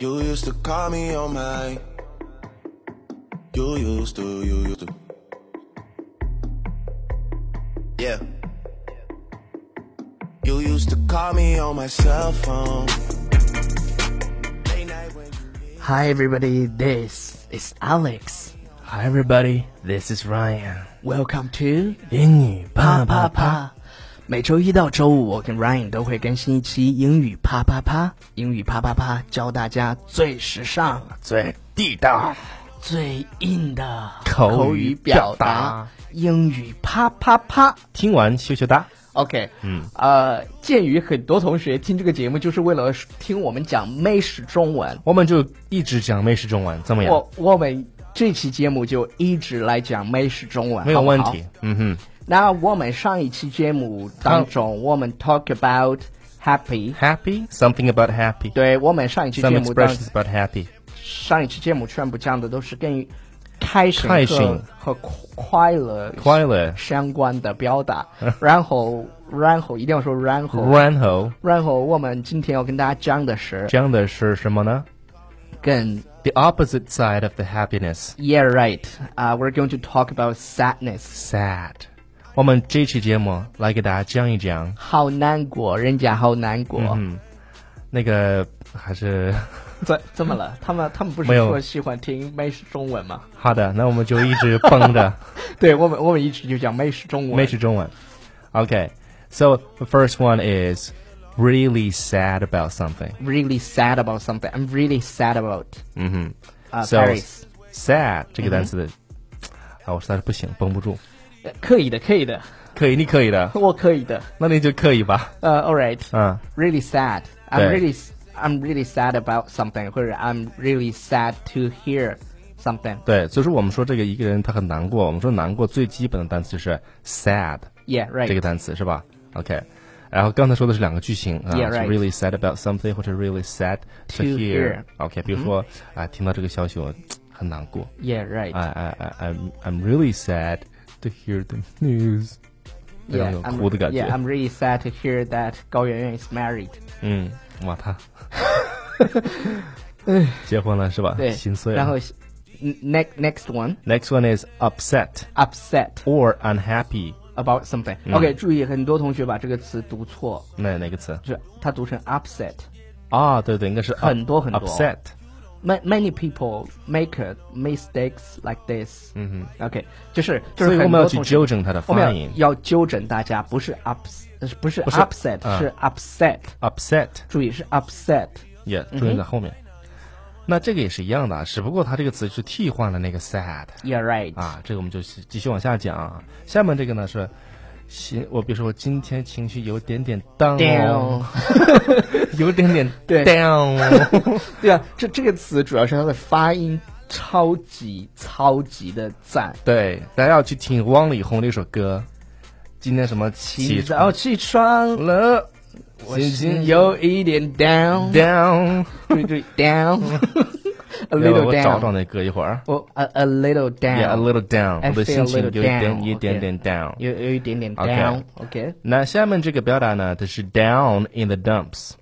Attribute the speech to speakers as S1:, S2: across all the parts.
S1: You used to call me on my. You used to, you used to. Yeah. You used to call me on my cell phone. Late night when you
S2: Hi everybody, this is Alex.
S3: Hi everybody, this is Ryan。
S2: Welcome to
S3: 英语啪啪
S2: 啪
S3: 啪。
S2: 啪。每周一到周五，我跟 Ryan 都会更新一期英语啪啪啪。英语啪啪啪，教大家最时尚、
S3: 最地道。
S2: 最硬的
S3: 口语
S2: 语
S3: 表达
S2: 达。英语啪啪啪。
S3: 听完羞羞哒。
S2: OK，嗯，呃，鉴于很多同学听这个节目就是为了听我们讲美式中文，
S3: 我们就一直讲美式中文，怎么样？
S2: 我我们这期节目就一直来讲美式中文，
S3: 没有
S2: 好不好
S3: 问题。嗯哼
S2: 那我们上一期节目当中，我们 talk about happy。
S3: ，happy something about happy。
S2: 对，我们上一期节
S3: Some
S2: 目当
S3: expressions about happy。
S2: 上一期节目全部讲的都是跟开心和
S3: 开心
S2: 和快乐
S3: 快乐，
S2: 相关的表达。 然后，然后一定要说然后。
S3: 然后
S2: 然后我们今天要跟大家讲的是
S3: 讲的是什么呢
S2: 跟
S3: ？The opposite side of the happiness,
S2: Yeah right 啊、w e r e going to talk about sadness，
S3: sad。我们这期节目来给大家讲一讲
S2: 好难过，人家好难
S3: 嗯
S2: 过。
S3: 那个还是
S2: 怎怎么了？他们他们不是
S3: 没有
S2: 说喜欢听美式中文吗？
S3: 好的，那我们就一直绷着。
S2: 对我们，我们一直就讲美式中文。
S3: 美式中文。Okay, so the first one is really sad about something.
S2: really sad about something. I'm really sad about
S3: 嗯哼嗯
S2: 啊、
S3: So
S2: Paris。
S3: sad 这个单词的、啊，我实在是不行，绷不住。
S2: 呃可以的，可以的，
S3: 可以，你可以的，
S2: 我可以的。
S3: 那你就可以吧。
S2: 呃、a l right.
S3: 嗯
S2: Really sad. I'm
S3: 对
S2: really I'm really sad about something，或者 I'm really sad to hear something.
S3: 对，所以说我们说这个一个人他很难过，我们说难过最基本的单词就是 sad
S2: Yeah,
S3: 这个
S2: right.
S3: 单词是吧？OK。然后刚才说的是两个句型啊
S2: Yeah, right.
S3: 是 really sad about something 或者 really sad to
S2: To
S3: hear
S2: hear。
S3: OK，比如说、啊，听到这个消息我很难过，
S2: Yeah, right.
S3: I, I, I, I'm, I'm really sad to hear the news. 有
S2: yeah,
S3: 种
S2: I'm,
S3: 哭的感
S2: yeah,
S3: 觉。
S2: I'm really sad to hear that 高圆圆 is married.
S3: 嗯，哇， 他结婚了是吧？
S2: 对，
S3: 心碎了。
S2: 然后 next next one
S3: next one is upset
S2: upset
S3: or unhappy，
S2: about something.
S3: Mm.
S2: OK，注意，很多同学把这个词读错，
S3: 那哪个词？
S2: 就是它读成 upset。
S3: 啊，对对，应该是 up-
S2: 很多很多
S3: upset。
S2: Ma- many people make a mistakes like this。嗯哼，OK，就是就
S3: 所
S2: 是很
S3: 以
S2: 多
S3: 我们要去
S2: 同学
S3: 纠正它的
S2: 我
S3: 发
S2: 们
S3: 音。
S2: 要要纠正大家，不是 up，不是
S3: 不是
S2: upset，
S3: 嗯
S2: 是 upset。
S3: upset
S2: 注意是 upset。
S3: 也
S2: 嗯
S3: 注意在后面。那这个也是一样的，啊只不过它这个词是替换了那个 sad。
S2: Yeah, right.
S3: 啊，这个我们就继续往下讲啊。下面这个呢是，心我比如说我今天情绪有点点 down，, 哦
S2: down，
S3: 有点点
S2: 对
S3: down，
S2: 对啊，这这个词主要是它的发音超级超级的赞。
S3: 对，大家要去听汪李红的一首歌，今天什么起
S2: 早
S3: 床
S2: 起床，
S3: 了，心
S2: 心
S3: 情
S2: 有一点 down，
S3: down，
S2: 对对 down，a little
S3: 我找
S2: down，
S3: 找那歌一会儿。
S2: 我 a a little
S3: Yeah, a
S2: down。
S3: little down，
S2: I
S3: 我的
S2: feel a
S3: 心情
S2: little
S3: 有一点
S2: down，
S3: 一点
S2: okay
S3: 点 down。
S2: 有有一点点
S3: OK
S2: down。OK，down、
S3: 那下面这个表达呢，它是 down in the dumps。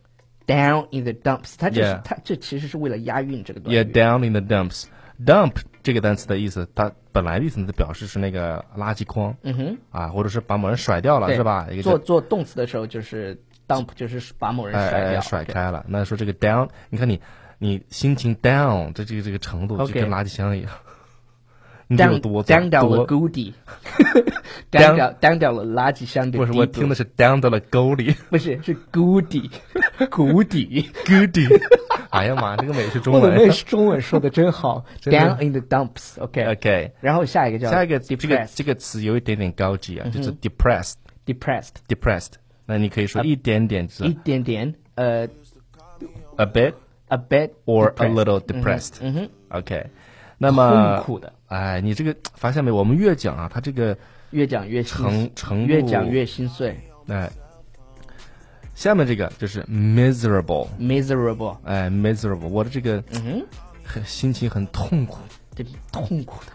S2: in the dumps，它这是
S3: Yeah
S2: 它这其实是为了押韵这个短
S3: Yeah,
S2: 语。
S3: down in the dumps. Dump 这个单词的意思，它本来的意思呢，表示是那个垃圾筐，嗯哼，啊，或者是把某人甩掉了，
S2: 对
S3: 是吧？一个
S2: 做做动词的时候就是 dump，就是把某人
S3: 哎
S2: 甩
S3: 哎
S2: 掉。
S3: 甩开了。那说这个 down，你看你你心情 down 的这个这个程度，就
S2: OK
S3: 跟垃圾箱一样，你有
S2: down
S3: 多
S2: down 掉了
S3: 多？
S2: 谷 底，down 掉 down 掉了垃圾箱的
S3: 不
S2: 底
S3: 是，
S2: 部。
S3: 我听的是 down 到了沟里，
S2: 不是是谷底，谷底。
S3: 沟底。哎呀妈，这个美是 中
S2: 我的那
S3: 文。
S2: 是中文说的真 好，down in the dumps，OK、
S3: OK，
S2: 然后下一个叫
S3: 下一个这个
S2: depressed，嗯
S3: 这个词有一点点高级啊，就是 depressed，depressed。
S2: depressed，
S3: 那你可以说一点点，就是
S2: 呃一点点，呃
S3: a bit。
S2: ，a bit
S3: or a
S2: depressed 嗯
S3: little depressed。
S2: 哼
S3: OK，那么
S2: 痛苦的。
S3: 哎，你这个发现没？我们越讲啊，它这个
S2: 越讲越心
S3: 程程度
S2: 越讲越心碎
S3: 哎。下面这个就是 miserable，
S2: ，miserable，
S3: 哎，miserable，我的这个
S2: 嗯
S3: 很心情很痛苦。
S2: 这痛苦 的。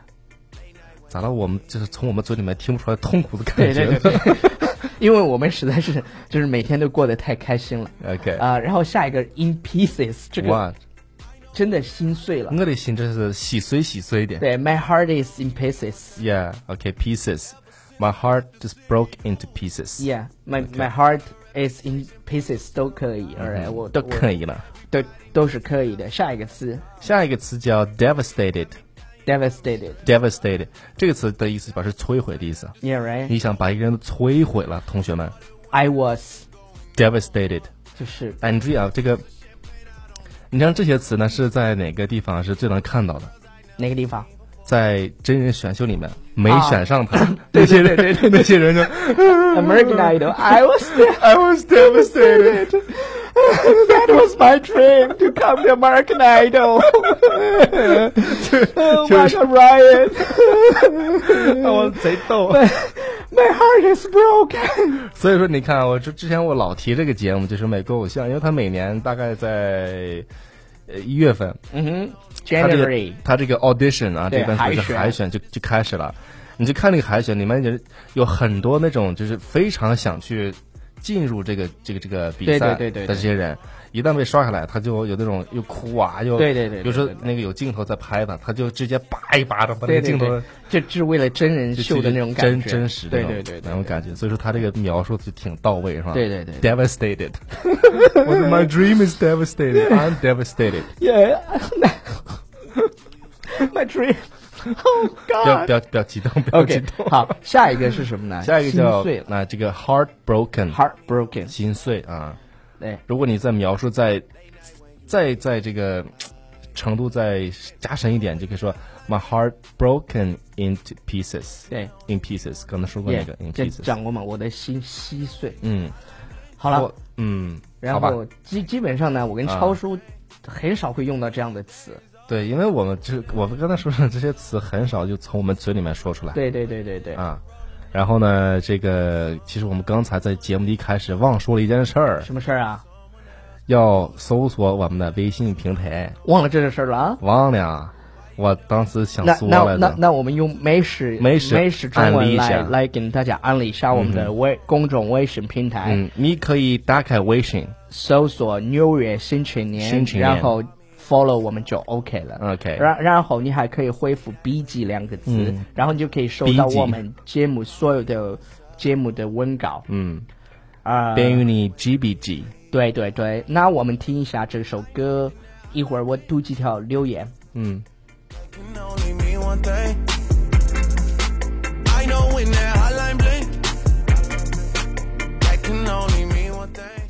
S3: 咋了？我们就是从我们嘴里面听不出来痛苦的感
S2: 对
S3: 觉。
S2: 对对对， 因为我们实在是就是每天都过得太开心了
S3: OK
S2: 啊、然后下一个 in pieces 这个
S3: 哇，
S2: 真的心碎了。
S3: 我的心真是细碎细碎的。
S2: 对，My heart is in pieces.
S3: Yeah, OK, pieces. My heart just broke into pieces.
S2: Yeah, my my heart is in pieces 都可以。a l right，我
S3: 嗯都可
S2: 以，
S3: 以了。
S2: 都都是可以的。下一个词
S3: 下一个词叫 devastated。
S2: ，devastated.
S3: devastated 这个词的意思表示摧毁的意思。
S2: Yeah, right.
S3: 你想把一个人摧毁了，同学们
S2: I was
S3: ，devastated。
S2: 就是
S3: 哎，你注意啊，这个，你像这些词呢，是在哪个地方是最能看到的？
S2: 哪个地方？
S3: 在真人选秀里面没
S2: 啊
S3: 选上他，那些人，那些人就
S2: American Idol. I was there.
S3: I was devastated。
S2: That was my dream to come to American Idol. Oh, what a riot!
S3: 我贼逗。
S2: My heart is broken.
S3: 所以说，你看啊，我之之前我老提这个节目，就是美国偶像，因为他每年大概在呃一月份，
S2: 嗯哼
S3: 他这个
S2: Mm-hmm. ，January
S3: 他这个 audition 啊，
S2: 对
S3: 这边所谓的
S2: 海选
S3: 海选就就开始了。你就看那个海选里面人有很多那种就是非常想去进入这个这个这个比
S2: 对
S3: 赛
S2: 对对对
S3: 的这些人，一旦被刷下来，他就有那种又哭啊，又
S2: 对对对对
S3: 比如说
S2: 对对
S3: 那个有镜头在拍他，他就直接叭一巴掌把那
S2: 对
S3: 个
S2: 对
S3: 镜头
S2: 对， 就就是为了真人
S3: 就
S2: 秀的那种感觉，
S3: 真真实的
S2: 对
S3: 那种
S2: 对对对
S3: 那种感觉。所以说他这个描述就挺到位，是吧？
S2: 对对对
S3: Devastated. My dream is devastated. I'm devastated.
S2: Yeah, my dream. Oh
S3: 不
S2: God.
S3: 要不要不要激动，不要激
S2: OK，
S3: 动。
S2: 好，下一个是什么呢？
S3: 下一个叫
S2: 心碎了
S3: 那这个 heartbroken，
S2: ，heartbroken。
S3: 心碎啊。
S2: 对，
S3: 如果你再描述再再在这个程度再加深一点，就可以说 my heart broken into pieces。
S2: 对
S3: ，in pieces，刚才说过那个 in
S2: 也
S3: pieces。
S2: 讲过嘛，我的心稀碎。
S3: 嗯，
S2: 好了
S3: 我，嗯，
S2: 然
S3: 好吧啊
S2: 后基基本上呢，我跟超叔很少会用到这样的词。
S3: 对，因为我们这我们刚才说的这些词很少就从我们嘴里面说出来。
S2: 对对对对对，
S3: 啊。然后呢，这个其实我们刚才在节目的一开始忘说了一件事儿，
S2: 什么事儿啊？
S3: 要搜索我们的微信平台，
S2: 忘了这件事儿了啊？
S3: 忘了啊，我当时想
S2: 那
S3: 说
S2: 那
S3: 来
S2: 那
S3: 着。
S2: 那我们用美史
S3: 美史
S2: 美史中
S3: 安利
S2: 文
S3: 一下
S2: 来来给大家安利一下我们的微公众微信平台。
S3: 嗯，你可以打开微信
S2: 搜索“纽约新青年”，
S3: 新青年
S2: 然后 follow 我们就 OK 了。
S3: ，OK，
S2: 然然后你还可以恢复 B G 两个字，
S3: 嗯
S2: 然后你就可以收到
S3: BG
S2: 我们节目所有的节目的文稿
S3: 嗯，
S2: 啊、
S3: 便于你 GBG。
S2: 对对对，那我们听一下这首歌，一会儿我读几条留言。
S3: 嗯，
S1: can only mean one thing. I know when that hotline bling, that can only mean one thing.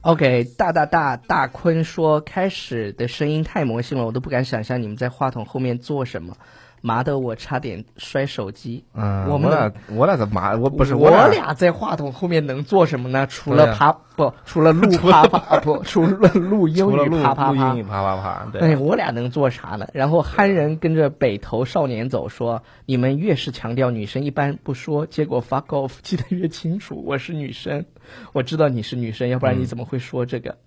S2: OK，大大大大坤说，开始的声音太魔性了，我都不敢想象你们在话筒后面做什么，麻的我差点摔手机。
S3: 啊，
S2: 嗯我们的
S3: 俩我俩怎么麻？我不是
S2: 我
S3: 俩
S2: 在话筒后面能做什么呢？除
S3: 对啊
S2: 了
S3: 呀
S2: 啪不，除了 录啪啪啊不，除了录英
S3: 除了
S2: 语
S3: 录
S2: 啪啪
S3: 录英
S2: 啪
S3: 语。啪啪啪，
S2: 哎，
S3: 对，啊
S2: 我俩能做啥呢？然后憨人跟着北头少年走说：“你们越是强调女生一般不说，结果 fuck off 记得越清楚。我是女生，我知道你是女生，要不然你怎么会说这个？”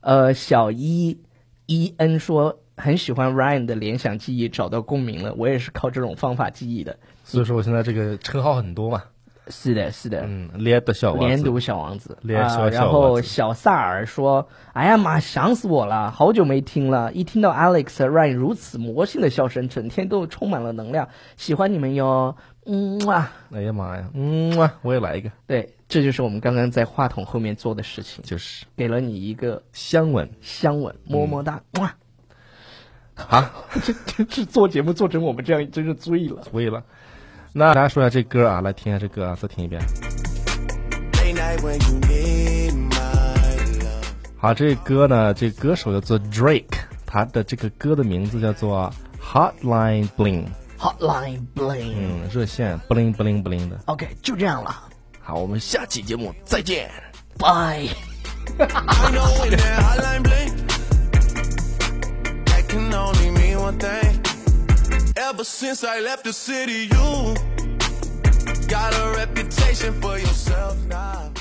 S2: 呃，小一伊恩说很喜欢 Ryan 的联想记忆，找到共鸣了。我也是靠这种方法记忆的。
S3: 所以说我现在这个称号很多嘛，
S2: 是的，是的，
S3: 嗯，连的小王
S2: 连
S3: 子，
S2: 读小王子，
S3: 连
S2: 啊
S3: 说小
S2: 然
S3: 王
S2: 后
S3: 子
S2: 小萨尔说：“哎呀妈，想死我了，好久没听了。一听到 Alex Ryan 如此魔性的笑声，整天都充满了能量，喜欢你们哟。”嗯啊，
S3: 哎呀妈呀，嗯啊，我也来一个，
S2: 对，这就是我们刚刚在话筒后面做的事情，
S3: 就是
S2: 给了你一个
S3: 香吻。
S2: 香吻，么么哒，
S3: 嗯
S2: 哇！
S3: 好，
S2: 嗯 这这这做节目做成我们这样，真是醉了。
S3: 可以了。那大家说一下这歌啊，来听一下这歌啊，再听一遍。
S1: Late night when you need my love.
S3: 好，这歌呢，这歌手叫做 Drake，他的这个歌的名字叫做 Hotline Bling，
S2: Hotline bling，OK，、
S3: 嗯，热线 bling bling bling 的。
S2: OK，就这样了，
S3: 好，我们下期节目再见。
S2: 拜。
S1: I know when that hotline bling, that can only mean one thing. Ever since I left the city, you got a reputation for yourself now.